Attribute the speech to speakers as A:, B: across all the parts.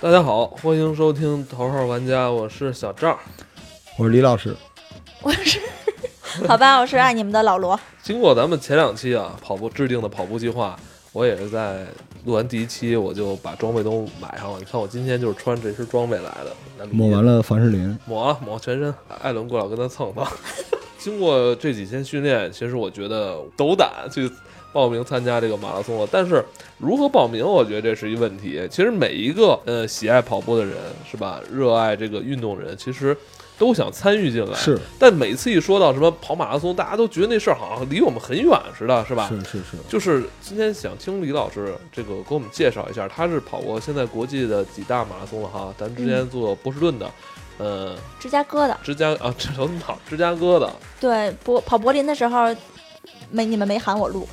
A: 大家好，欢迎收听《头号玩家》，我是小赵。
B: 我是李老师，
C: 我是 好吧，我是爱你们的老罗。
A: 经过咱们前两期啊跑步制定的跑步计划，我也是在录完第一期我就把装备都买上了。你看我今天就是穿这身装备来的，来录音
B: 抹完了凡士林，
A: 抹啊抹全身，艾伦过来我跟他蹭蹭。 经过这几天训练，其实我觉得斗胆去报名参加这个马拉松了。但是如何报名，我觉得这是一问题。其实每一个呃喜爱跑步的人是吧，热爱这个运动人，其实都想参与进来。
B: 是
A: 但每次一说到什么跑马拉松，大家都觉得那事儿好像离我们很远似的，是吧？
B: 是是是，
A: 就是今天想听李老师这个给我们介绍一下，他是跑过现在国际的几大马拉松了哈，咱之前做波士顿的，呃，
C: 芝加哥的，
A: 芝加啊，这都跑芝加哥的，
C: 对，柏跑柏林的时候，没你们没喊我录。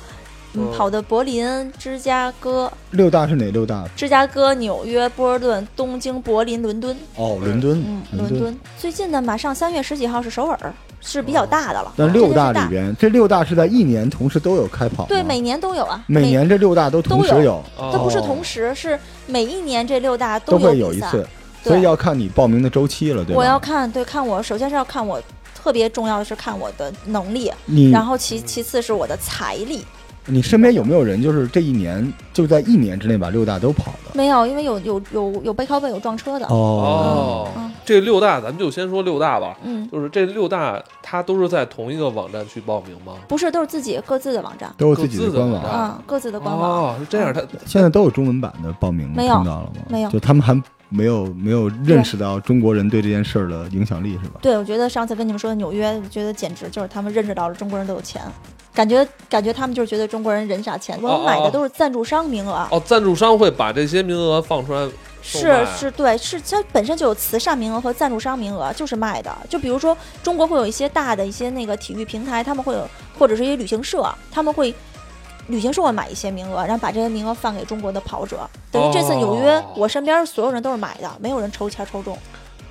C: 嗯，
A: 哦
C: 跑的柏林、芝加哥、
B: 六大是哪六
A: 哦
B: 大？
C: 芝加哥、纽约、波士顿、东京、柏林、伦敦。
B: 哦，伦敦
C: 嗯，，
B: 伦
C: 伦。敦。最近的马上三月十几号是首尔，是比
A: 哦
C: 较大的了。
B: 那六大
C: 这
B: 里
C: 就是
B: 边，这六大是在一年同时都有开跑吗
C: 对，每年都有啊。
B: 每年这六大都同时
C: 都
B: 有，
A: 哦
C: 它不是同时，是每一年这六大
B: 都会有
C: 比
B: 一
C: 赛。
B: 次，
C: 对
B: 所以要看你报名的周期了，对吧？
C: 我要看，对，看我首先是要看我特别重要的是看我的能力，
A: 嗯
B: 你
C: 然后其其次是我的财力。
B: 你身边有没有人就是这一年就在一年之内把六大都跑的？
C: 没有，因为有有有有背靠背有撞车的。
A: 哦，
C: 嗯
A: 这六大咱们就先说六大吧，
C: 嗯，
A: 就是这六大它都是在同一个网站去报名吗？
C: 不是，都是自己各自的网站，
B: 都有自己
A: 各
B: 的
A: 自的
B: 官
A: 啊
B: 网，
C: 嗯，各自的官网。
A: 哦，是这样，它
B: 现在都有中文版的报名，
C: 没有
B: 碰到了吗？
C: 没有
B: 就他们还没有没有认识到中国人对这件事儿的影响力，是吧？
C: 对，我觉得上次跟你们说的纽约，我觉得简直就是他们认识到了中国人都有钱，感觉感觉他们就是觉得中国人人傻钱。我
A: 哦
C: 们买
A: 哦
C: 的都是赞助商名额，
A: 哦，赞助商会把这些名额放出来，售卖
C: 是是，对，是它本身就有慈善名额和赞助商名额，就是卖的。就比如说中国会有一些大的一些那个体育平台，他们会有或者是一些旅行社，他们会。旅行社会买一些名额，然后把这些名额放给中国的跑者。等于这次纽约，
A: 哦
C: 我身边所有人都是买的，没有人抽签抽中。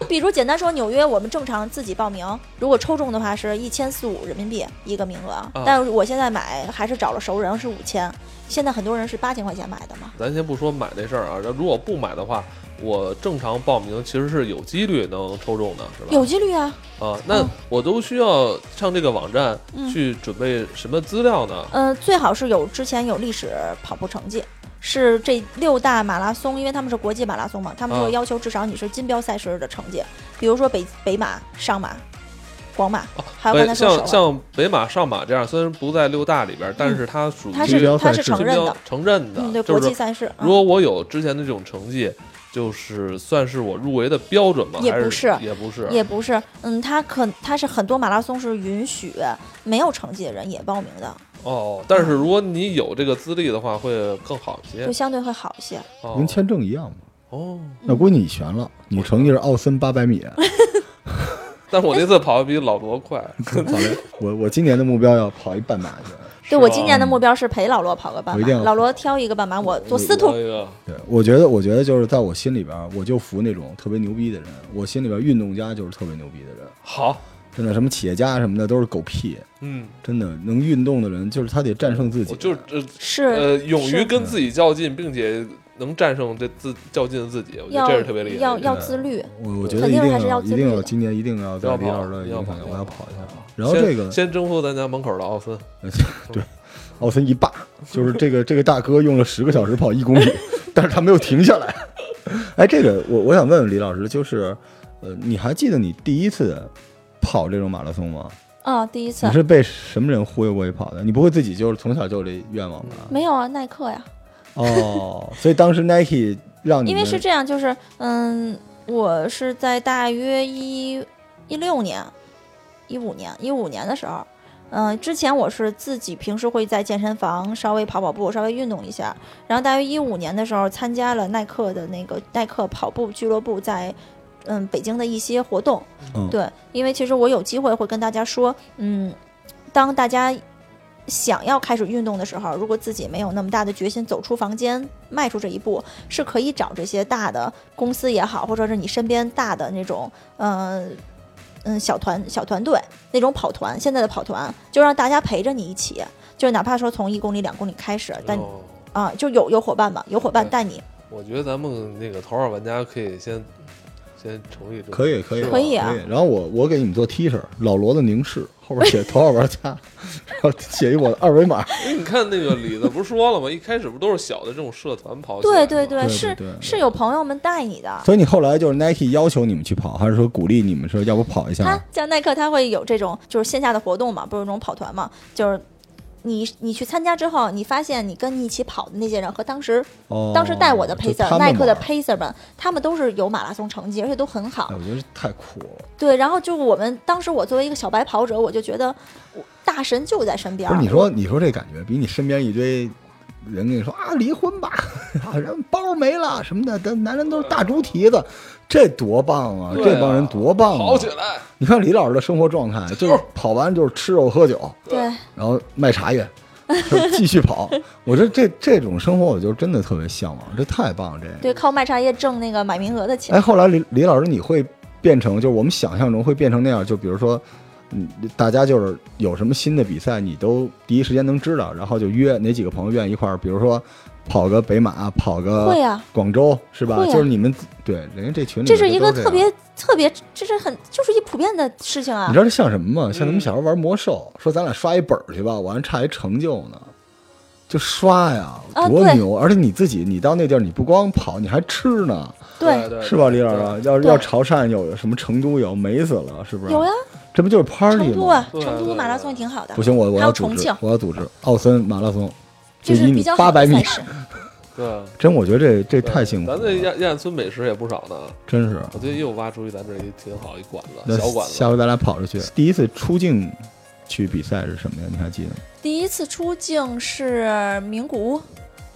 C: 比如简单说，纽约我们正常自己报名，如果抽中的话是一千四五人民币一个名额，
A: 哦
C: 但是我现在买还是找了熟人是五千，现在很多人是八千块钱买的嘛。
A: 咱先不说买这事儿啊，如果不买的话，我正常报名其实是有几率能抽中的，是吧？
C: 有几率啊，
A: 啊，那
C: 嗯
A: 我都需要上这个网站
C: 嗯
A: 去准备什么资料呢？
C: 嗯，最好是有之前有历史跑步成绩，是这六大马拉松，因为他们是国际马拉松嘛，他们
A: 啊
C: 就要求至少你是金标赛事的成绩，比如说北北马、上马、广马，还有刚才
A: 北
C: 说
A: 哦呃像
C: 首尔，
A: 像北马、上马这样，虽然不在六大里边，但是它属于
C: 嗯它
B: 金标
C: 是它
B: 赛
C: 是
B: 事
C: 承认的，
A: 承认的，
C: 嗯，对，
A: 就
C: 国
A: 是
C: 际
A: 说
C: 赛事。
A: 如果我有之前的这种成绩，就是算是我入围的标准吗？
C: 也
A: 还
C: 不
A: 是
C: 是，
A: 也不是，
C: 嗯也不是，嗯，它可它是很多马拉松是允许没有成绩的人也报名的，
A: 哦。但是如果你有这个资历的话，会更好一些
C: 就。相对会好一些。
A: 哦
B: 跟签证一样嘛。
A: 哦，
C: 嗯
B: 那估计你悬了，你成绩是奥森八百米。
A: 但是我这次跑的比老罗快，
B: 跑了，我 我今年的目标要跑一半马去。
A: 是
C: 对我
A: 吧
C: 今年的目标是陪老罗跑个半
B: 我一
C: 马
B: 定要，
C: 老罗挑一个半马，我做司徒
A: 我。有一个
B: 对，我觉得，我觉得就是在我心里边儿，我就服那种特别牛逼的人。我心里边儿运动家就是特别牛逼的人，
A: 好，
B: 真的，什么企业家什么的都是狗屁。
A: 嗯，
B: 真的，能运动的人就是他得战胜自己
A: 我。就是呃
C: 是
A: 呃，勇于
C: 是
A: 跟自己较劲，并且能战胜这自较劲的自己，我觉得
C: 要
A: 这是特别厉害的。
C: 要要
B: 对
C: 自律，
B: 我我觉得
C: 肯
B: 一
C: 定
B: 定
C: 还是
B: 要
C: 要自
B: 一定
C: 律
B: 要
C: 的
B: 今年一定要在
A: 要
B: 李
A: 跑
B: 老师的
A: 要
B: 影响下，
A: 跑
B: 我要
A: 要
B: 跑
A: 跑
B: 一下
A: 要跑。
B: 然后
A: 先
B: 这个
A: 先征服咱家门口的奥森，
B: 对，奥森一霸，就是这个这个大哥用了十个小时跑一公里， 但是他没有停下来。 哎，这个我我想问问李老师，就是，呃，你还记得你第一次跑这种马拉松吗？
C: 啊，第一次
B: 你是被什么人忽悠过去跑的？你不会自己就是从小就有这愿望 吧？
C: 没有啊，耐克呀，
B: 哦，所以当时 Nike 让你
C: 因为
B: 们
C: 是这样，就是嗯，我是在大约一一六年、一五年、一五年的时候，嗯，之前我是自己平时会在健身房稍微跑跑步，稍微运动一下，然后大约一五年的时候参加了耐克的那个耐克跑步俱乐部在。嗯，北京的一些活动，
B: 嗯
C: 对，因为其实我有机会会跟大家说，嗯，当大家想要开始运动的时候，如果自己没有那么大的决心走出房间，迈出这一步，是可以找这些大的公司也好，或者是你身边大的那种，嗯、嗯，小团小团队那种跑团，现在的跑团就让大家陪着你一起，就是哪怕说从一公里、两公里开始，但
A: 哦
C: 啊、就有有伙伴嘛，有伙伴
A: 对
C: 带你，
A: 我觉得咱们那个头号玩家可以先先成立这个，
B: 可以可以
A: 是吧
C: 可以啊
B: 可以。然后我我给你们做 T 恤，老罗的凝视，后边写头号玩家，然后写一我的二维码。
A: 因哎为你看那个李子不是说 了吗？一开始不都是小的这种社团跑起
C: 对
A: 来
C: 对
A: 吗
C: 对，
B: 对
C: 是
B: 对对
C: 是有朋友们带你的。
B: 所以你后来就是 Nike 要求你们去跑，还是说鼓励你们说要不跑一
C: 他
B: 下？
C: 像耐克，他会有这种就是线下的活动嘛，不是有那种跑团嘛，就是。你你去参加之后，你发现你跟你一起跑的那些人和当时
B: 哦，
C: 当时带我的
B: 就
C: pacer、
B: 他们
C: 耐克的
B: 玩
C: pacer 们，他们都是有马拉松成绩，而且都很好
B: 哎，。我觉得太酷了。
C: 对，然后就我们当时我作为一个小白跑者，我就觉得我大神就在身边
B: 不
C: 儿。
B: 是你说你说这感觉，比你身边一堆人跟你说啊离婚吧，啊人包没了什么的，咱男人都是大猪蹄子，这多棒啊！
A: 对啊
B: 这帮人多棒啊
A: 跑！起来，
B: 你看李老师的生活状态， 就是跑完就是吃肉喝酒，
C: 对，
B: 然后卖茶叶，继续跑。 我这这这种生活，我就真的特别向往，这太棒了！这
C: 对，靠卖茶叶挣那个买名额的钱。
B: 哎，后来李李老师，你会变成就是我们想象中会变成那样，就比如说，嗯，大家就是有什么新的比赛，你都第一时间能知道，然后就约哪几个朋友愿意一块儿，比如说跑个北马，跑个
C: 会啊，
B: 广州，是吧？
C: 会啊
B: 就是你们自对人家这群里
C: 这
B: 面
C: 是一个
B: 都
C: 特
B: 样。
C: 别特别，这是很就是一普遍的事情啊
B: 你知。道这像什么吗？
C: 嗯
B: 像咱们小时候玩魔兽，说咱俩刷一本儿去吧，我还差一成就呢，就刷呀，
C: 啊
B: 多
C: 对
B: 牛！而且你自己，你到那地儿，你不光跑，你还吃呢，
A: 对
C: 对，
A: 对
B: 是吧，李老师？要
C: 对
B: 要潮汕有什么成都有，美死了，是不是？
C: 有呀，啊
B: 这不就是 party 吗？
C: 成都啊，
A: 对
C: 成
A: 对
C: 都
A: 对
C: 马拉松也挺好的
B: 不。行，我我
C: 还有
B: 要组
C: 重
B: 织
C: 庆，
B: 我要组织奥森马拉松，
C: 这
B: 就是以
C: 比
B: 你
C: 较好
B: 八百
C: 的
B: 米
C: 赛，事。
A: 对。
B: 真我觉得这这
A: 对
B: 太幸福
A: 咱这
B: 了，
A: 燕燕村美食也不少呢。
B: 真是。
A: 我最近又挖出一咱这一挺好一馆
B: 那
A: 子，小馆子
B: 下。回咱俩跑着去。第一次出境去比赛是什么呀？你还记得吗？
C: 第一次出境是名古屋，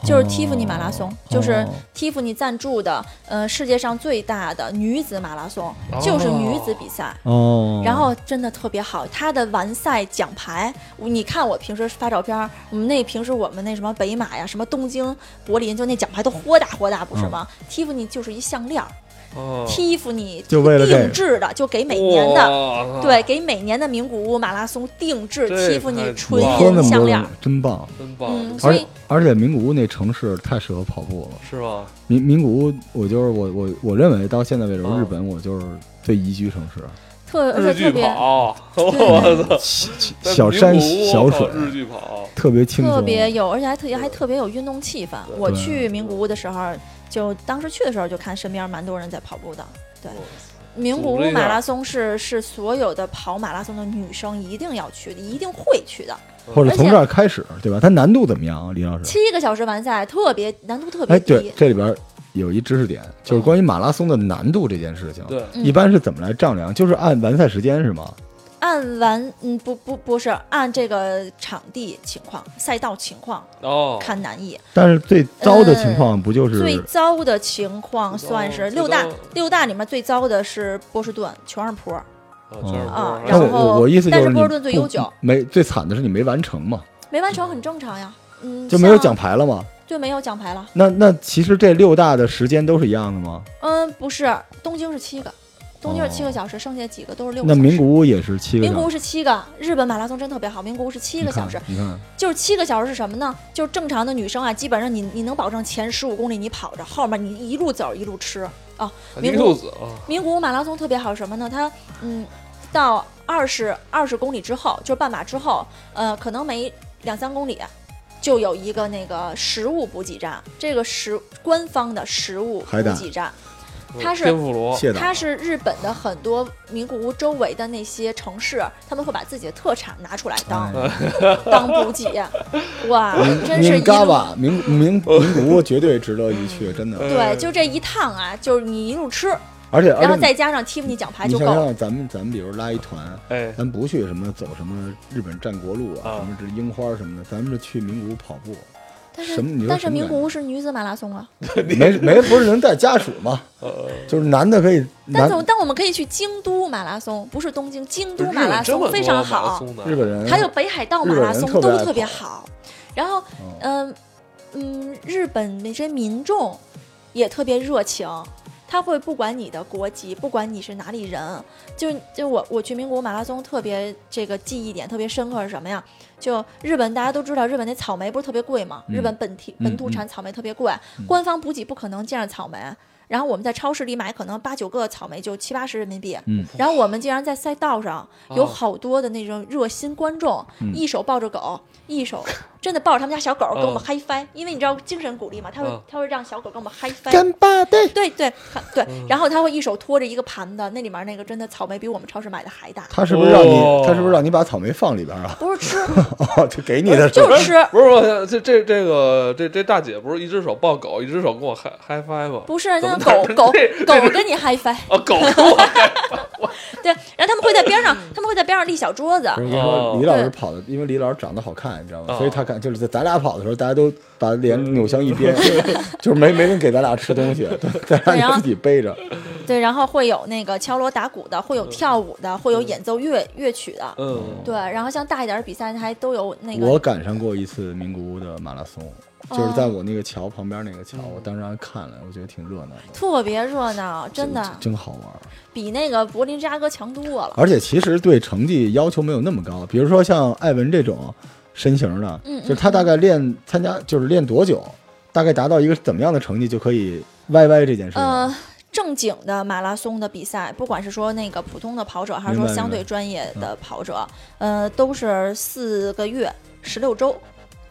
C: 就是
B: 哦
C: Tiffany 马拉松，就是
B: 哦
C: Tiffany 赞助的，呃，世界上最大的女子马拉松，就是女子比赛。
B: 哦，
C: 然后真的特别好，她的完赛奖牌，你看我平时发照片儿，我们那平时我们那什么北马呀，什么东京、柏林，就那奖牌都豁大豁大，不是
B: 哦
C: 吗、t i f f a n y 就是一项链儿、
A: 哦，
C: t i f f a n y
B: 就为了这个
C: 定制的，就给每年的，
A: 的
C: 对，，给每年的名古屋马拉松定制
A: 这
C: Tiffany
A: 太
C: 纯
B: 我说那
C: 银
B: 么
C: 项
B: 多
C: 链儿
B: 东西，真棒。
A: 真棒，
C: 嗯，所
B: 而
C: 以
B: 且而且名古屋那城市太适合跑步了。
A: 是吗？
B: 名名古屋，我就是我我我认为到现在为止，
A: 嗯
B: 日本我就是最宜居城市。
C: 特而
A: 日
C: 且特
A: 剧
C: 别
A: 跑， 我操，在
B: 小山
A: 名古屋
B: 小水
A: 靠，日剧跑，
B: 特别轻松，
C: 特别有，而且还特别还
A: 对
C: 特别有运动气氛。我
B: 对
C: 去名古屋的时候，就当时去的时候就看身边蛮多人在跑步的。对
A: 哇，
C: 名
A: 组
C: 古
A: 织
C: 屋
A: 一下
C: 马拉松是是所有的跑马拉松的女生一定要去的，一定会去的。
B: 或者
C: 而
B: 从
C: 且
B: 这儿开始，对吧？它难度怎么样啊，李老师？
C: 七个小时完赛，特别难度特别
B: 哎，对
C: 低，。
B: 这里边有一知识点，就是关于马拉松的难度这件事情。
A: 对，
C: 嗯
B: 一般是怎么来丈量？就是按完赛时间是吗？
C: 按完嗯不不不是按这个场地情况、赛道情况
A: 哦，
C: 看难易。
B: 但是最糟的情况不就是
C: 呃最糟的情况算
A: 哦
C: 是
A: 最
C: 六大
A: 糟
C: 六大里面最糟的是波士顿全是坡儿，
A: 哦全是
B: 嗯
A: 波
C: 啊
B: 那
A: 然
C: 然
B: 我
A: 后
C: 后
B: 我我意思就
C: 但是
B: 你
C: 波士顿最
B: 不
C: 悠久
B: 没最惨的是你没完成嘛，
C: 没完成很正常呀。嗯，
B: 就没有
C: 像
B: 奖牌了嘛。
C: 对，没有奖牌了。
B: 那那其实这六大的时间都是一样的吗？
C: 嗯，不是，东京是七个，东京是七
B: 哦
C: 个小时，剩下几个都是六个
B: 那
C: 小时。
B: 名古屋也是七个
C: 名古
B: 小
C: 屋
B: 时，
C: 是七个，日本马拉松真特别好，名古屋是七
B: 你
C: 个
B: 看
C: 小时，
B: 你看，
C: 就是七个小时是什么呢？就是正常的女生啊，基本上你你能保证前十五公里你跑着，后面你一路走一路吃。
A: 一
C: 名古
A: 肚
C: 屋
A: 子啊，
C: 名古屋马拉松特别好是什么呢？它嗯，到二十二十公里之后，就是半马之后，呃，可能每两三公里就有一个那个食物补给站，这个食官方的食物
B: 海
C: 补
B: 胆
C: 给站。它是
A: 天妇罗，
B: 谢导
C: 它是日本的很多名古屋周围的那些城市，他们会把自己的特产拿出来当、
B: 哎
C: 当补给，哇，真是
B: 名
C: 一
B: 嘎
C: 路
B: 巴名名名古屋绝对值得一去，真的。
A: 哎
C: 对，就这一趟啊，就是你一路吃，
B: 而且而
C: 然
B: 且
C: 后
B: 你
C: 再加上 Tiffany 奖牌
B: 你
C: 就
B: 想
C: 够了。
B: 想，咱们咱们比如拉一团，
A: 哎，
B: 咱不去什么走什么日本战国路
A: 啊
B: 啊，什么这樱花什么的，咱们是去名古屋跑步，
C: 但
B: 什么你
C: 是
B: 说
C: 但
B: 什
C: 是
B: 么
C: 名
B: 感
C: 古屋是女子马拉松啊，
B: 没没不是能带家属吗？
A: 呃，
B: 就是男的可以
C: 但
B: 男
C: 总但我们可以去京都马拉松，不是东京，京
A: 呃不
C: 都
A: 是
C: 马拉松非常好，，
B: 日
A: 本
B: 本人，
C: 还有北海道马拉松
B: 日本人特别爱
C: 都特别
B: 跑
C: 好。然后呃
B: 嗯
C: 嗯嗯，日本那些民众也特别热情，他会不管你的国籍，不管你是哪里人，就就我我去名古屋马拉松特别这个记忆点特别深刻是什么呀？就日本大家都知道，日本那草莓不是特别贵吗？
B: 嗯
C: 日本本体
B: 嗯
C: 本土产草莓特别贵，官方补给不可能见着草莓。然后我们在超市里买，可能八九个草莓就七八十人民币。
B: 嗯
C: 然后我们竟然在赛道上
A: 哦
C: 有好多的那种热心观众，一手抱着狗，一手真的抱着他们家小狗跟我们
A: 嗯哦
C: 嗨翻，因为你知道精神鼓励嘛，他会
A: 哦
C: 他会让小狗跟我们嗨翻。
B: 干巴的，
C: 对对很对，
A: 嗯
C: 然后他会一手托着一个盘子，那里面那个真的草莓比我们超市买的还大，
B: 他是不是让
A: 哦
B: 你他是不是让你把草莓放里边啊？
C: 不是吃
B: 哦，就给你的是吧？
C: 就吃，
A: 不是我，这这这个这这大姐不是一只手抱狗，一只手跟我嗨嗨翻吗？
C: 不是
A: 怎么
C: 那狗
A: 能
C: 狗
A: 这
C: 狗跟你嗨翻，
A: 啊，狗跟我 嗨，
C: 对，然后他们会在边上，
A: 嗯
C: 他们会在边上立小桌子，
B: 不是，我说李老师跑的，因为李老师长得好看，你知道吗？
A: 哦
B: 所以他看就是在咱俩跑的时候，大家都把脸扭向一边，就是没没人给咱俩吃东西， 都咱
C: 对然
B: 俩
C: 后
B: 自己背着。
C: 对，然后会有那个敲锣打鼓的，会有跳舞的，会有演奏乐乐曲的，
A: 嗯，
C: 对，然后像大一点的比赛还都有那
B: 我
C: 个，
B: 赶上过一次名古屋的马拉松，就是
C: 哦
B: 在我那个桥旁边那个桥，
C: 嗯
B: 我当时还看了，我觉得挺热闹的，
C: 特别热闹， 真
B: 就
C: 的
B: 就真好玩儿。
C: 比那个柏林芝加哥强多了，
B: 而且其实对成绩要求没有那么高，比如说像艾文这种身形的，
C: 嗯嗯
B: 就是他大概练参加就是练多久，大概达到一个怎么样的成绩就可以 YY 这件事情。
C: 呃。正经的马拉松的比赛，不管是说那个普通的跑者，还是
B: 明
C: 说
B: 白
C: 相
B: 明白嗯
C: 对专业的跑者，呃，都是四个月、十六周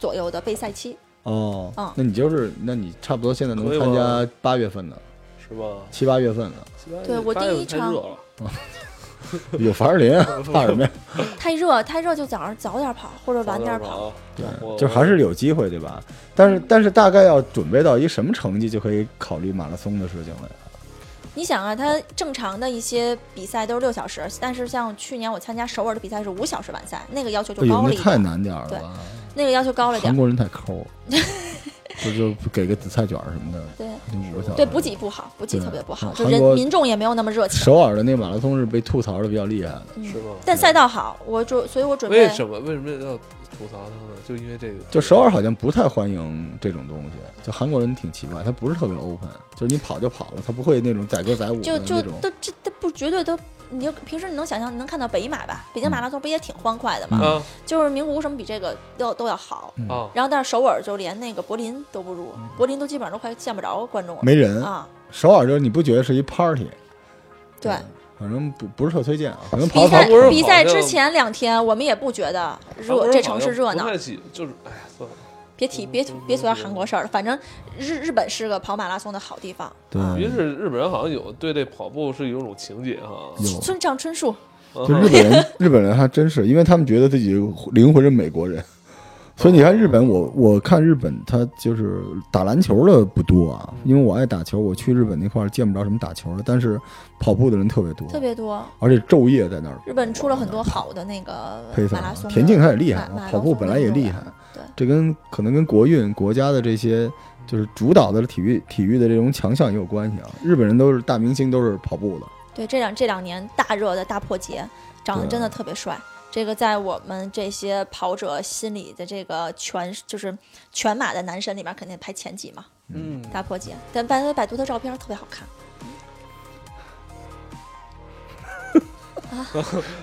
C: 左右的备赛期。
B: 哦
C: 嗯，
B: 那你就是，那你差不多现在能
A: 可以
B: 参
A: 吗
B: 加八月份的，
A: 是吧？
B: 七八月份的，
C: 对我第一
A: 太
C: 场
A: 热了，
B: 有 凡士林，怕什么呀？
C: 太热，太热就早上早点跑或者晚啊点
A: 点
C: 跑。，
B: 对
A: 我，
B: 就还是有机会，对吧？但是但是大概要准备到一什么成绩就可以考虑马拉松的事情了呀？
C: 你想啊，它正常的一些比赛都是六小时，但是像去年我参加首尔的比赛是五小时完赛，那个要求就
B: 哎呦
C: 高，了
B: 那
C: 一
B: 太
C: 点，
B: 难点儿了
C: 对
B: 吧？
C: 那个要求高了点
B: 韩。国人太抠了， 就就给个紫菜卷儿什么的，
C: 对
B: 就五个小时。
C: 对，补给不好，补给特别不好，
B: 对嗯
C: 就
B: 韩
C: 人
B: 国
C: 民众也没有那么热情。
B: 首尔的那个马拉松是被吐槽的比较厉害的，
A: 是吗？
C: 嗯但赛道好，我准，所以我准备
A: 为什么为什么要吐槽他们？就因为这个，
B: 就首尔好像不太欢迎这种东西，就韩国人挺奇怪，他不是特别 open，就是你跑就跑了，他不会那种载歌载舞
C: 就
B: 的
C: 就
B: 那种。
C: 都这这不绝对都，你就平时你能想象你能看到北马吧？
B: 嗯
C: 北京马拉松不也挺欢快的吗？
A: 啊
C: 就是名古屋什么比这个要都要好。
B: 嗯
A: 啊，
C: 然后但是首尔就连那个柏林都不如，柏林都基本上都快见不着观众了。
B: 没人，
C: 啊，
B: 首尔就是你不觉得是一 party，
C: 对。
B: 反正不不是特推荐啊。反正跑着
C: 比
B: 跑
C: 赛
A: 韩国人好
C: 比赛之
A: 像
C: 前两天，我们也不觉得
B: 嗯
A: 韩国人
C: 热，这
A: 好
C: 城
A: 像
C: 市热
A: 不
C: 闹
A: 太。喜就是哎呀，算了，
C: 别提别
A: 不
C: 别
A: 不
C: 说
A: 不
C: 韩国事儿了，反正日日本是个跑马拉松的好地方。
B: 对
C: 啊
A: 于是日本人好像有对这跑步是有一种情结哈，啊
B: 有，
C: 村上春树，
B: 就日本 人日本人还真是，因为他们觉得自己灵魂是美国人。所以你看日本，我我看日本，他就是打篮球的不多啊，因为我爱打球，我去日本那块儿见不着什么打球的，但是跑步的人特别多，
C: 特别多。
B: 而且昼夜在那儿。
C: 日本出了很多好的那个
B: 配
C: 马
B: 赛
C: 拉松的，
B: 田径他也厉害啊
C: 马马拉，松
B: 跑步本来也厉害
C: 运动员，对
B: 这跟可能跟国运国家的这些就是主导的体育体育的这种强项也有关系啊。日本人都是大明星，都是跑步的，
C: 对，这两这两年大热的大破节，长得
B: 对啊
C: 真的特别帅。这个在我们这些跑者心里的这个全就是全马的男神里面肯定排前几嘛，
A: 嗯，
C: 大破节。但百百度的照片特别好看，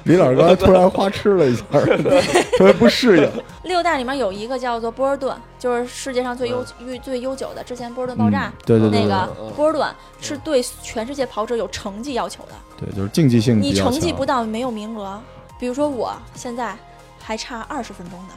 B: 李老师刚才突然花痴了一下， 特别不适应。
C: 六大里面有一个叫做波尔顿，就是世界上最悠悠最悠久的，之前波尔顿爆炸
B: 嗯，对对对嗯
C: 那
A: 对对
C: 个
A: 对
C: 波尔顿是对全世界跑者有成绩要求的，
B: 对，就是竞技性比
C: 你
B: 较强。
C: 成绩不到没有名额。比如说我现在还差二十分钟呢，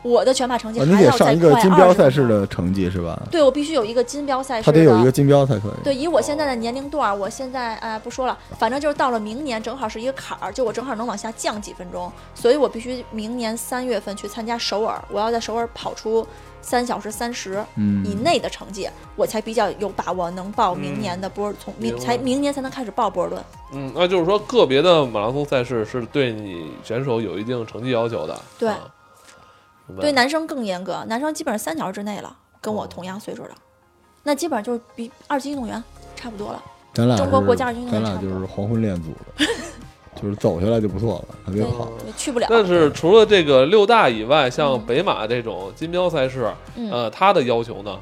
C: 我的全马成绩
B: 啊，你
C: 还
B: 得
C: 要
B: 上
C: 再
B: 一
C: 快
B: 个金标
C: 20
B: 赛
C: 分
B: 事
C: 钟，
B: 的成绩是吧？
C: 对我必须有一个金标赛事
B: 他
C: 的
B: 得有一个金标才可以。
C: 对，以我现在的年龄段儿，我现在呃不说了，反正就是到了明年正好是一个坎儿，就我正好能往下降几分钟，所以我必须明年三月份去参加首尔，我要在首尔跑出三小时三十
B: 嗯
C: 以内的成绩，我才比较有把握能报明年的波尔，从明
A: 明白
C: 才明年才能开始报波尔顿。
A: 嗯，那就是说个别的马拉松赛事是对你选手有一定成绩要求的，
C: 对
A: 啊明白
C: 对男生更严格，男生基本上三小时之内了，跟
A: 哦
C: 我同样岁数的，那基本上就是比二级运动员差不多了。
B: 咱俩
C: 中国
B: 是
C: 国家运动
B: 咱
C: 员
B: 俩
C: 差不
B: 就
C: 多
B: 是黄昏恋组的，就是走下来就不错了，还没
C: 对
B: 跑。，
C: 对去不了。
A: 哦但是除了这个六大以外，像北马这种金标赛事，
C: 嗯
A: 呃，它的要求呢？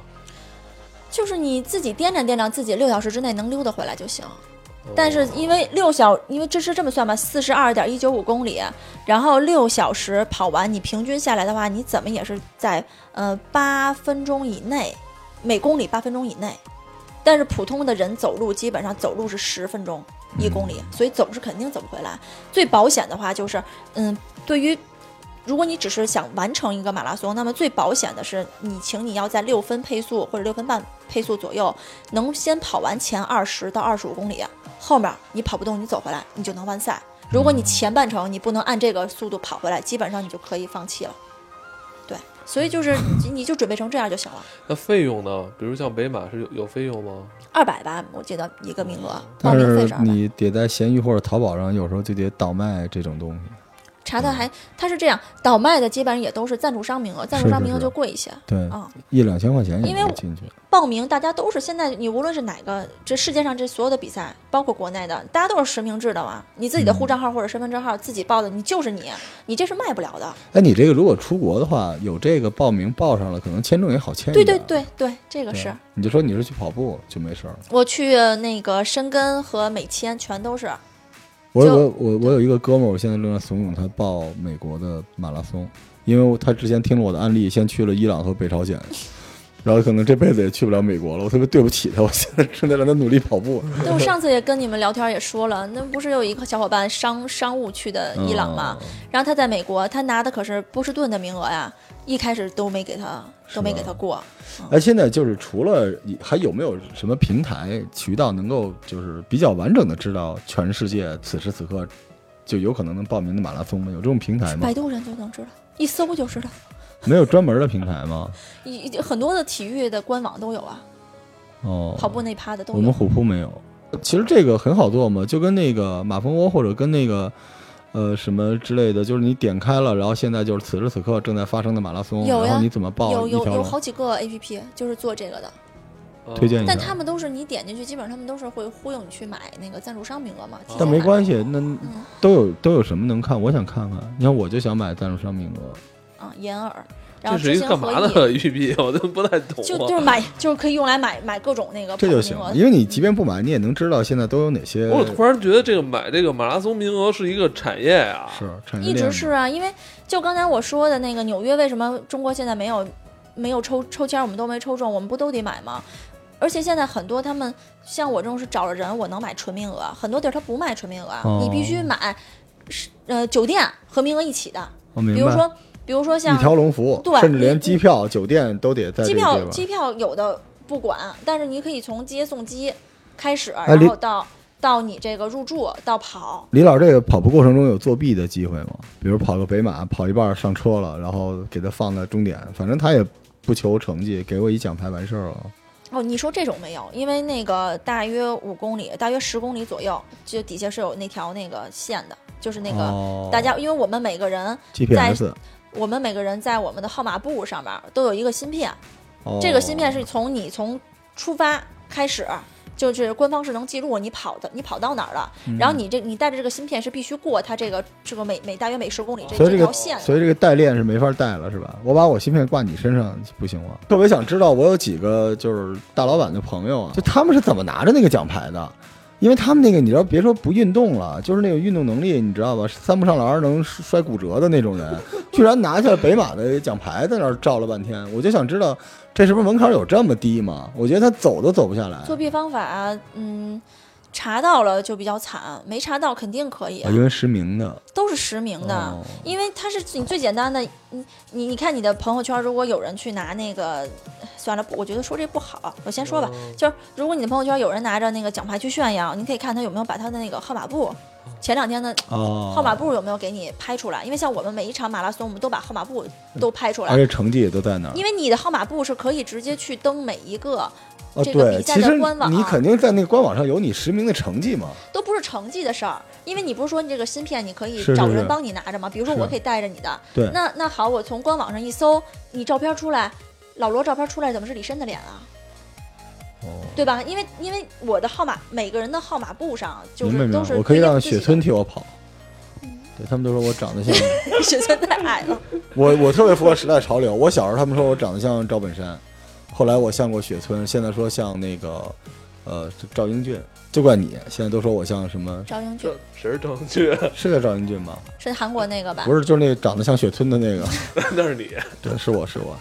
C: 就是你自己掂量掂量自己六小时之内能溜达回来就行。但是
A: 呃
C: 因为六小，因为这是这么算吧，四十二点一九五公里，然后六小时跑完，你平均下来的话，你怎么也是在呃八分钟以内，每公里八分钟以内。但是普通的人走路基本上走路是十分钟一公里，所以走是肯定走不回来。最保险的话就是，嗯，对于如果你只是想完成一个马拉松，那么最保险的是你，请你要在六分配速或者六分半配速左右，能先跑完前二十到二十五公里，后面你跑不动，你走回来，你就能完赛。如果你前半程你不能按这个速度跑回来，基本上你就可以放弃了。对，所以 就是你你就准备成这样就行了，
A: 那费用呢？比如像北马是有有费用吗？
C: 二百吧，我记得一个名额，报
B: 但
C: 名费
B: 是
C: 嗯是二百。
B: 你得在闲鱼或者淘宝上，有时候就得倒卖这种东西。
C: 查的还它是这样，倒卖的基本上也都是赞助商名额，赞助
B: 是
C: 商
B: 是
C: 名额
B: 是
C: 就贵一些。
B: 对，
C: 啊、
B: 一两千块钱也
C: 因为
B: 能
C: 我
B: 进去。
C: 报名大家都是现在你无论是哪个这世界上这所有的比赛，包括国内的，大家都是实名制的嘛。你自己的护照号或者身份证号自己报的，你就是你，你这是卖不了的。
B: 哎，你这个如果出国的话，有这个报名报上了，可能签证也好签一
C: 对
B: 点。
C: 对对对，这个
B: 对
C: 是。
B: 你就说你是去跑步就没事儿了。
C: 我去那个申根和美签全都是，
B: 我
C: 就
B: 我我我有一个哥们儿，我现在正在怂恿他报美国的马拉松，因为他之前听了我的案例，先去了伊朗和北朝 鲜，然后可能这辈子也去不了美国了。我特别对不起他，我现在正在让他努力跑步。
C: 对我上次也跟你们聊天也说了，那不是有一个小伙伴商商务去的伊朗
B: 啊
C: 嘛，
B: 嗯
C: 然后他在美国，他拿的可是波士顿的名额呀，一开始都没给他都没给他过。
B: 哎，现在就是除了以还有没有什么平台渠道能够就是比较完整的知道全世界此时此刻就有可能能报名的马拉松吗？有这种平台吗
C: 百？度上就能知道，一搜就知道，
B: 没有专门的平台吗？
C: 一一很多的体育的官网都有啊，
B: 哦，
C: 跑步那趴的都
B: 我们
C: 有。
B: 虎扑没有。其实这个很好做嘛，就跟那个马蜂窝或者跟那个呃什么之类的，就是你点开了，然后现在就是此时此刻正在发生的马拉松，
C: 有呀
B: 然后你怎么报
C: 有
B: 一
C: 有
B: 条
C: 有
B: 龙
C: 好几个 A P P 就是做这个的，
A: 啊
B: 推荐一下
C: 但。他们都是你点进去，基本上他们都是会忽悠你去买那个赞助商名额嘛。提前
B: 但没
C: 买
B: 关系，那
C: 嗯
B: 都有都有什么能看？我想看看。你看，我就想买赞助商名额。
C: 啊，眼耳，
A: 这
C: 然后
A: 是
C: 知
A: 一
C: 行
A: 干
C: 合
A: 嘛的
C: 一
A: APP？我都不太懂、啊。
C: 就就是买，就是可以用来买买各种那个
B: 这
C: 跑
B: 就
C: 步
B: 行
C: 名
B: 了，
C: 额
B: 因为你即便不买，你也能知道现在都有哪些
A: 我突然觉得这个买这个马拉松名额是一个产业啊，
B: 是产业
C: 一
B: 链
C: 直
B: 嘛。
C: 是啊，因为就刚才我说的那个纽约，为什么中国现在没有没有抽抽签儿，我们都没抽中，我们不都得买吗？而且现在很多他们像我这种是找了人，我能买纯名额，很多地儿他不卖纯名额，
B: 哦
C: 你必须买是呃酒店和名额一起的，
B: 我明
C: 比
B: 白。
C: 如说比如说
B: 一
C: 像
B: 条龙服务，
C: 对
B: 甚至
C: 你
B: 连机票、酒店都得在
C: 机
B: 这个
C: 票
B: 地方
C: 机票有的不管，但是你可以从接送机开始，
B: 李
C: 然后到到你这个入住到跑，
B: 李老，这个跑步过程中有作弊的机会吗？比如跑个北马，跑一半上车了，然后给他放在终点，反正他也不求成绩，给我一奖牌完事儿了。
C: 哦，你说这种没有，因为那个大约五公里，大约十公里左右，就底下是有那条那个线的，就是那个、
B: 哦
C: 大家，因为我们每个人，
B: GPS，
C: 我们每个人在我们的号码簿上面都有一个芯片，
B: 哦
C: 这个芯片是从你从出发开始。就是官方是能记录你跑的，你跑到哪儿了，
B: 嗯
C: 然后你这你带着这个芯片是必须过它这个这个每每大约每十公里这
B: 所以
C: 这
B: 这个
C: 条线的。
B: 所以这个代练是没法带了，是吧？我把我芯片挂你身上不行吗？特别想知道，我有几个就是大老板的朋友啊，就他们是怎么拿着那个奖牌的？因为他们那个，你知道，别说不运动了，就是那个运动能力，你知道吧？三不上篮儿能摔骨折的那种人， 居然拿下北马的奖牌，在那儿照了半天。我就想知道，这是不是门槛有这么低吗？我觉得他走都走不下来。
C: 作弊方法，嗯，查到了就比较惨，没查到肯定可以啊。
B: 啊，因为实名的，
C: 都是实名的，
B: 哦
C: 因为它是你最简单的。你你你看你的朋友圈，如果有人去拿那个，算了，不我觉得说这不好，我先说吧。就是如果你的朋友圈有人拿着那个奖牌去炫耀，你可以看他有没有把他的那个号码布，前两天的
B: 哦，
C: 号码布有没有给你拍出来。因为像我们每一场马拉松，我们都把号码布都拍出来
B: 而，且成绩也都在那儿。
C: 因为你的号码布是可以直接去登每一个，
B: 哦，
C: 这个
B: 对，
C: 比赛
B: 其
C: 的
B: 实
C: 官网啊
B: 你肯定在那个官网上有你实名的成绩嘛。
C: 都不是成绩的事儿。因为你不是说你这个芯片你可以
B: 是是
C: 找
B: 是
C: 人帮你拿着吗？比如说
B: 是
C: 我可以带着你的，
B: 对，
C: 那那好，我从官网上一搜，你照片出来，老罗照片出来怎么是李申的脸啊？
B: 哦，
C: 对吧？因为因为我的号码，每个人的号码簿上就
B: 明白
C: 是
B: 明
C: 都
B: 白，
C: 是
B: 我可以
C: 对应
B: 让
C: 自己
B: 雪
C: 的
B: 村替我跑。对他们都说我长得 像
C: 雪村太矮了，
B: 我，我特别符合时代潮流。我小时候他们说我长得像赵本山，后来我像过雪村，现在说像那个呃赵英俊，就怪你，现在都说我像什么？
C: 赵英俊
A: 这谁是郑钧？
B: 是叫赵英俊吗？
C: 是韩国那个吧？
B: 不是，就是那个长得像雪村的那 个。
A: 那是你。
B: 对，是我是我。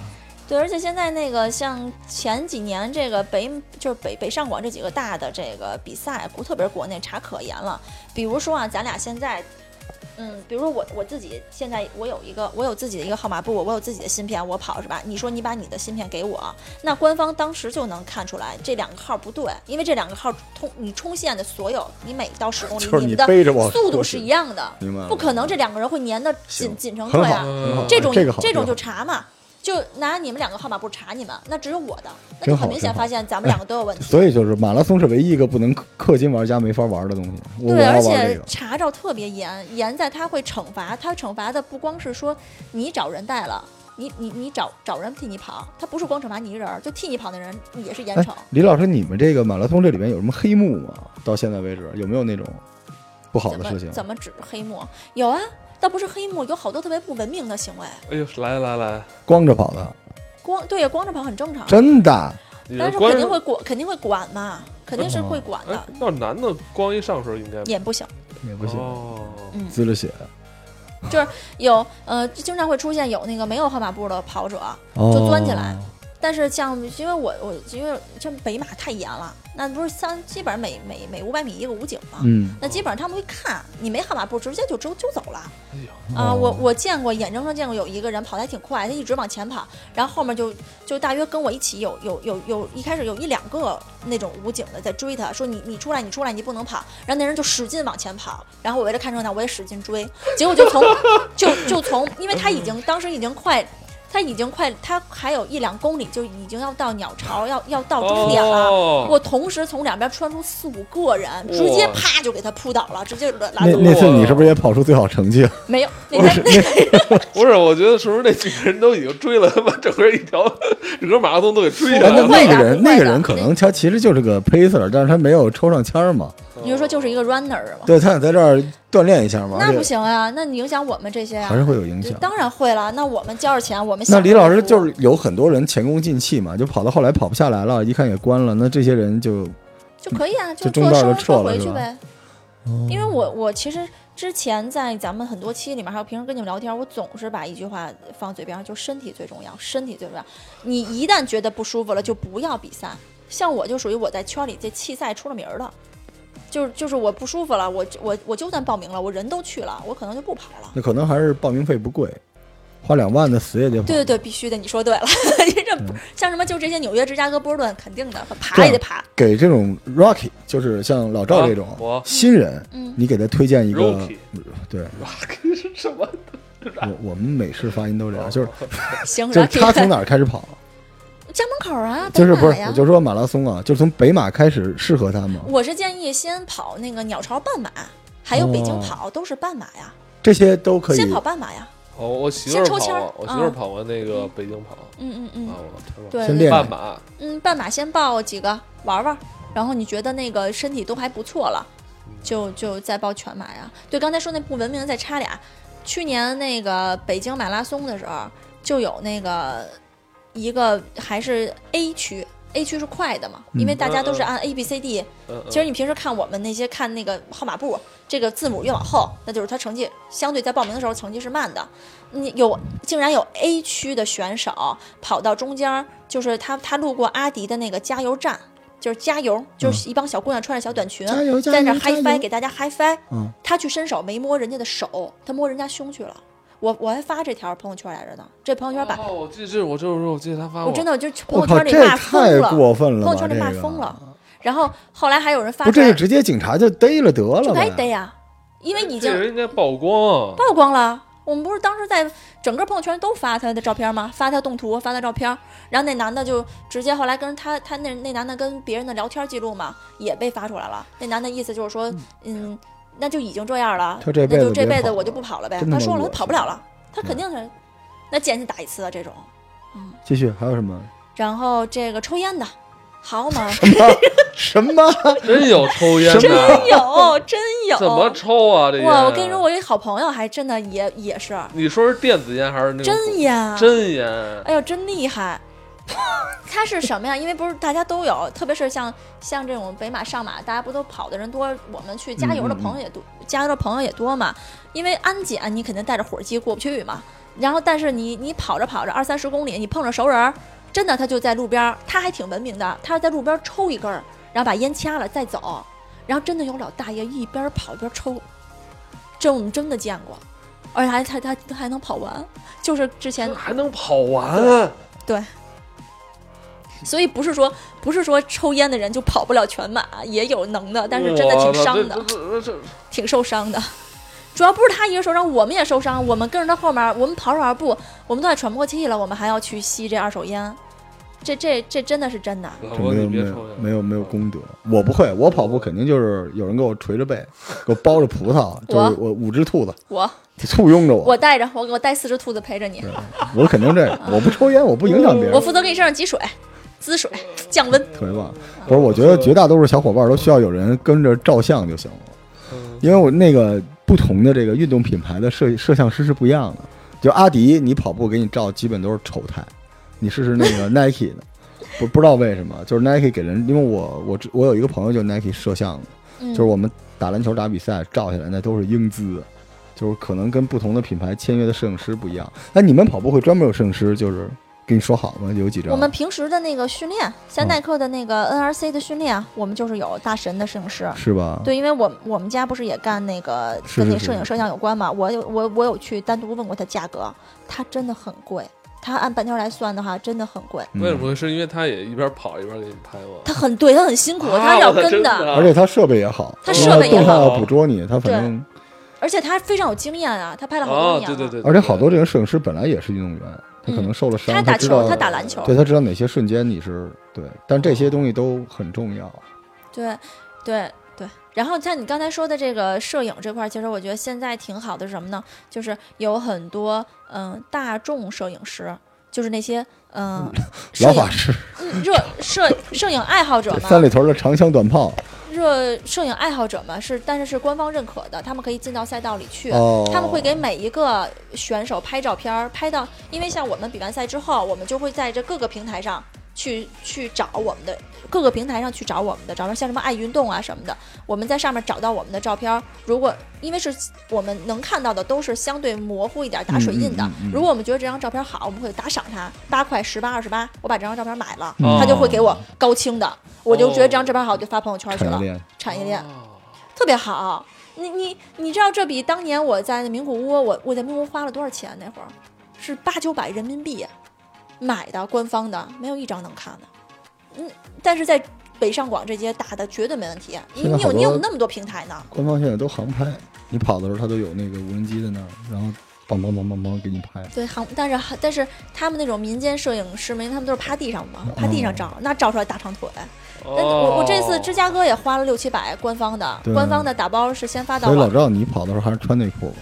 C: 对，而且现在那个像前几年这个北就是北北上广这几个大的这个比赛，国特别是国内查可严了。比如说啊，咱俩现在，嗯，比如说我我自己现在我有一个我有自己的一个号码布，我有自己的芯片，我跑是吧？你说你把你的芯片给我，那官方当时就能看出来这两个号不对，因为这两个号通你冲线的所有，你每到十公里，
B: 就是
C: 你
B: 你
C: 们的
B: 背着我
C: 速度
B: 过
C: 是
B: 去
C: 一样的，
B: 明白了
C: 不可能这两个人会粘的紧
B: 行
C: 紧成这
B: 很好，嗯
C: 样。
B: 很好
C: 啊这种
B: 呃这个好，
C: 种
B: 这
C: 就
B: 个好
C: 查嘛，就拿你们两个号码布查你们，那只有我的，那就
B: 真好
C: 很明显
B: 真好
C: 发现咱们两个都有问题。
B: 所以就是马拉松是唯一一个不能氪氪金玩家没法玩的东西。我我
C: 对，
B: 要
C: 而
B: 玩这
C: 且
B: 个，
C: 查着特别严，严在他会惩罚，他惩罚的不光是说你找人带了，你你你找找人替你跑，他不是光惩罚你一人儿，就替你跑的人也是严
B: 哎
C: 惩。，
B: 李老师，你们这个马拉松这里面有什么黑幕吗？到现在为止有没有那种不好
C: 怎
B: 的
C: 么
B: 事情？
C: 怎么指黑幕？有啊，倒不是黑幕，有好多特别不文明的行为。
A: 哎呦，来来来，
B: 光着跑
C: 啊
B: 的，
C: 光对呀，光着跑很正常，
B: 真的？
A: 你
C: 但
A: 这
C: 是
A: 光
C: 肯定会管，肯定会管嘛，肯定是会管的
A: 哎，，要是男的光一上身应该
C: 也不行。
B: 也不行，
A: 哦，
C: 嗯，
B: 滋了血。
C: 有呃，经常会出现有那个没有号码布的跑者，
B: 哦
C: 就钻起来。啊但是像因为我我因为像北马太严了，那不是三基本上每每每五百米一个武警嘛，
B: 嗯，
C: 那基本上他们会看你没号码布，直接就周就走了啊、
A: 哎呦，
B: 哦
C: 我我见过，眼睁睁见过有一个人跑得还挺快，他一直往前跑，然后后面就就大约跟我一起有有有有一开始有一两个那种武警的在追他，说你你出来你出来你不能跑，然后那人就使劲往前跑，然后我为了看热闹我也使劲追，结果就从 就就从，因为他已
A: 嗯
C: 经当时已经快。他已经快，他还有一两公里，就已经要到鸟巢，要要到终点了。
A: 哦
C: 我同时从两边穿出四五个人，直接啪就给他扑倒了，直接拉拉
B: 那
C: 走
B: 那
C: 了。
B: 次你是不是也跑出最好成绩？
C: 没有，那天
A: 不是，我觉得是不是那几个人都已经追了他妈整个一条整个马拉松都给追下
B: 哎，那
A: 来
C: 不会
A: 了？
B: 那
C: 的
B: 个人
C: 不会的
B: 那个人可能他其实就是个 pacer，但是他没有抽上签儿嘛。
C: 你就说就是一个 runner 嘛，
B: 对，他想在这儿锻炼一下嘛，
C: 哦那
B: 而
C: 不
B: 且
C: 行啊，那你影响我们这些
B: 哦还是
C: 啊。
B: 会有影响。
C: 当然会了，那我们交着钱，我们
B: 那
C: 享
B: 李老师
C: 受
B: 就。是有很多人前功尽弃嘛，就跑到后来跑不下来了，一看也关了，那这些人就
C: 就可以啊，
B: 就中
C: 坐
B: 道
C: 收
B: 就撤
C: 收
B: 了
C: 回
B: 是
C: 去
B: 吧哦
C: 呗。因为我我其实之前在咱们很多期里面，还有平时跟你们聊天，我总是把一句话放嘴边儿，就身体最重要，身体最重要。你一旦觉得不舒服了，就不要比赛。像我就属于我在圈里这弃赛出了名儿的，就是就是我不舒服了，我我我就算报名了，我人都去了，我可能就不跑了。
B: 那可能还是报名费不贵，花两万的死也得跑。
C: 对对对，必须的，你说对了， 这
B: 嗯
C: 不像什么就这些纽约、芝加哥、波士顿，肯定的，爬也得爬。
B: 给这种 Rocky，就是像老赵这种
A: 啊我
B: 新人，
C: 嗯
B: 你给他推荐一个
A: Rocky
B: 对
A: 是什么？
B: 我我们美式发音都这样，就是
C: 行，
B: 就
C: 然
B: 是
C: 后
B: 他从哪儿开始跑，
C: 家门口儿啊，北
B: 就是不
C: 马
B: 是
C: 呀
B: 我就说马拉松啊，就是从北马开始适合他吗？
C: 我是建议先跑那个鸟巢半马，还有北京跑，都是半马呀，
B: 这些都哦可以。
C: 先跑半马呀。
A: 哦，我媳妇儿
C: 先抽
A: 跑
C: 签儿
A: 过，我媳妇儿
C: 嗯
A: 跑过那个北京跑
C: 嗯嗯
A: 啊
C: 嗯，，
A: 我
C: 对，
B: 先
C: 对
B: 练
A: 半马，
C: 嗯，半马先报几个玩玩，然后你觉得那个身体都还不错了，
B: 嗯
C: 就就再报全马呀。对，刚才说那不文明再插俩，去年那个北京马拉松的时候，就有那个一个还是 A 区。A 区是快的嘛，
B: 嗯
C: 因为大家都是按 A、B、C、D
A: 嗯，
C: 其实你平时看我们那些看那个号码布，这个字母越往后，那就是他成绩相对在报名的时候成绩是慢的。你有竟然有 A 区的选手跑到中间儿，就是他他路过阿迪的那个加油站，就是加油，就是一帮小姑娘穿着小短
B: 嗯
C: 裙，
B: 加油加油
C: 在那儿
B: 加
C: 嗨
B: 油
C: 翻给大家嗨翻。
B: 嗯，
C: 他去伸手没摸人家的手，他摸人家胸去了。我我还发这条朋友圈来着呢，这朋友圈把、
A: 哦，我记这我就是我记得他发
C: 我真的就
B: 我
C: 朋友
B: 靠，
C: 圈里
B: 这
C: 骂
B: 太
C: 疯了，
B: 过分了
C: 朋
B: 吧！
C: 友圈里骂
B: 这个
C: 疯了。然后后来还有人发
B: 不，
C: 出
B: 这
C: 来
B: 个直接警察就逮了得了
C: 就
B: 呗。
C: 该逮呀，因为已
A: 这
C: 经
A: 人应该曝光，
C: 曝光了。我们不是当时在整个朋友圈都发他的照片吗？发他动图，发他照片，然后那男的就直接后来跟他他那那男的跟别人的聊天记录嘛，也被发出来了。那男的意思就是说，嗯，那就已经这样了，
B: 他这辈
C: 那
B: 子
C: 就这
B: 别
C: 辈子
B: 跑
C: 我就
B: 了
C: 不跑了呗。
B: 真他妈
C: 他说了，
B: 恶
C: 他
B: 心
C: 跑不了了，他肯定
B: 嗯
C: 是，那见你打一次啊这种。
B: 继续还有什 么？
C: 然后这个抽烟的，好嘛，
B: 什么？
A: 真有抽烟
B: 什
A: 的，啊
C: 有真有，
A: 怎么抽啊？这
C: 哇！
A: 烟
C: 我跟你说，我有一好朋友还真的也也是
A: 你说是电子烟还是那种
C: 真烟啊，
B: 嗯
A: 真烟？
C: 哎呦，真厉害！它是什么呀？因为不是大家都有，特别是像像这种北马、上马，大家不都跑的人多，我们去加油的
B: 嗯嗯嗯
C: 朋友也多，加油的朋友也多嘛。因为安检你肯定带着火机过不去嘛，然后但是你你跑着跑着二三十公里，你碰着熟人儿，真的他就在路边儿，他还挺文明的，他是在路边儿抽一根儿，然后把烟掐了再走，然后真的有老大爷一边跑一边抽，这我们真的见过，而且还他他他还能跑完，就是 之前
A: 还能跑完？
C: 所以不是说不是说抽烟的人就跑不了全马，也有能的，但是真的
A: 我
C: 挺
A: 操
C: 伤的，
A: 这这这这
C: 挺受伤的。主要不是他一个受伤，我们也受伤。我们跟着他后面，我们跑着跑着步，我们都快喘不过气了，我们还要去吸这二手烟，这这这真的是真的。
A: 老
B: 这
A: 罗，
B: 没
A: 你
B: 有没
A: 别抽
B: 有
A: 烟，
B: 没有没有功德，我不会，我跑步肯定就是有人给我捶着背，给我包着葡萄，就是我五只兔子
C: 我
B: 簇拥着
C: 我
B: 我，
C: 带着我我带四只兔子陪着你，
B: 我肯定这个，我不抽烟，我不影响别人
C: 我，负责给你身上挤水、滋水、降温。
B: 特别棒。不是，我觉得绝大多数小伙伴都需要有人跟着照相就行了，
A: 嗯
B: 因为我那个不同的这个运动品牌的摄摄像师是不一样的。就阿迪，你跑步给你照基本都是丑态，你试试那个 Nike 的，不不知道为什么，就是 Nike 给人，因为我我我有一个朋友就 Nike 摄像的。
C: 嗯，
B: 就是我们打篮球打比赛照下来那都是英姿，就是可能跟不同的品牌签约的摄影师不一样。那你们跑步会专门有摄影师，就是给你说好吗？有几张？
C: 我们平时的那个训练，像
B: 嗯
C: 耐克的那个 NRC 的训练啊，我们就是有大神的摄影师。
B: 是吧？
C: 对，因为我我们家不是也干那个
B: 是
C: 跟那
B: 是
C: 摄
B: 是
C: 影摄像有关嘛，我有我我有去单独问过它价格，它真的很贵，它按半天来算的话，真的很贵，
B: 嗯
A: 为什么？是因为他也一边跑一边给你拍吗？
C: 它很对，它很辛苦，它
A: 啊
C: 是要
A: 我操
C: 跟
A: 真
C: 的，
A: 的啊
B: 而且它设备也好，
C: 它
A: 设备也
B: 动画
A: 好
B: 要捕捉你，它反正，
C: 而且它非常有经验啊，它拍了好多
A: 哦，
C: 年
A: 对
C: 了，
A: 对对，对
B: 而且好多这个摄影师本来也是运动员，他可能受了伤，
C: 它打
B: 知
C: 球，
B: 道
C: 它打篮球，哦
B: 对他知道哪些瞬间你是对，但这些东西都很重要。
C: 对，对，对。然后像你刚才说的这个摄影这块儿，其实我觉得现在挺好的是什么呢？就是有很多嗯、大众摄影师，就是那些嗯、摄
B: 老
C: 影
B: 法师，
C: 嗯热摄摄影爱好者
B: 三
C: 嘛，
B: 里屯的长枪短炮
C: 热摄影爱好者嘛是，但是是官方认可的，他们可以进到赛道里去。
B: 哦，
C: 他们会给每一个选手拍照片儿，拍到，因为像我们比完赛之后，我们就会在这各个平台上去去找我们的各个平台上去找我们的照片，像什么爱运动啊什么的，我们在上面找到我们的照片儿。如果因为是我们能看到的都是相对模糊一点打水印的，
B: 嗯嗯嗯嗯
C: 如果我们觉得这张照片好，我们会打赏他八块、十八、二十八，我把这张照片买了，
B: 嗯
C: 他就会给我高清的，我就觉得这张照片好，我就发朋友圈去
B: 产业
C: 了，
B: 链，
C: 产业链。
A: 哦
C: 特别好。你你你知道这比当年我在名古屋，我我在名古屋花了多少钱？那会儿是八九百人民币买的，官方的，没有一张能看的。嗯，但是在北上广这些打的绝对没问题。你
B: 现在
C: 你有
B: 好多
C: 你有那么多平台呢，
B: 官方现在都航拍，你跑的时候它都有那个无人机在那儿，然后梆梆梆梆梆给你拍。
C: 对，航但是但是他们那种民间摄影师们，因为他们都是趴地上嘛，
B: 嗯
C: 趴地上照，那照出来大长腿。但我我这次芝加哥也花了六七百，官方的，
B: 哦对
C: 官方的打包是先发到
B: 所以老
C: 网。
B: 赵，你跑的时候还是穿内裤吧，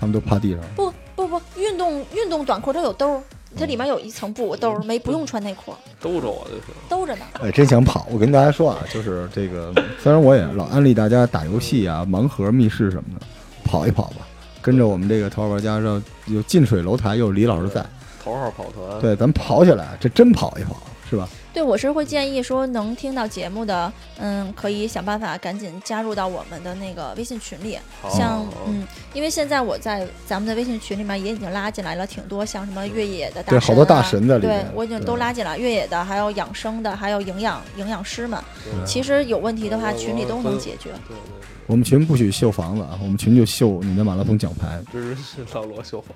B: 他们都趴地上。
C: 不不不，运动运动短裤它有兜儿，它里面有一层布兜儿，没不用穿内裤，
A: 哦兜着我就行。
C: 兜着呢。
B: 哎，真想跑！我跟大家说啊，就是这个，虽然我也老安利大家打游戏啊、盲盒、密室什么的，跑一跑吧，跟着我们这个头号玩家，让有近水楼台，又有李老师在，
A: 头号跑团，
B: 对，咱跑起来，这真跑一跑，是吧？
C: 对，我是会建议说，能听到节目的，嗯，可以想办法赶紧加入到我们的那个微信群里。
B: 哦
A: 好
C: 像
A: 好好
C: 嗯，因为现在我在咱们的微信群里面也已经拉进来了挺多，像什么越野的大
B: 对
C: 神、啊，
B: 好多大神在里
C: 对
B: 面
C: 我已经
B: 对
C: 都拉进来，越野的，还有养生的，还有营养营养师们。
A: 对
C: 其实有问题的话，
A: 我
C: 群里都能解决。
A: 对对
B: 我们群不许秀房子啊，我们群就秀你的马拉松奖牌。
A: 对，这是老罗秀房。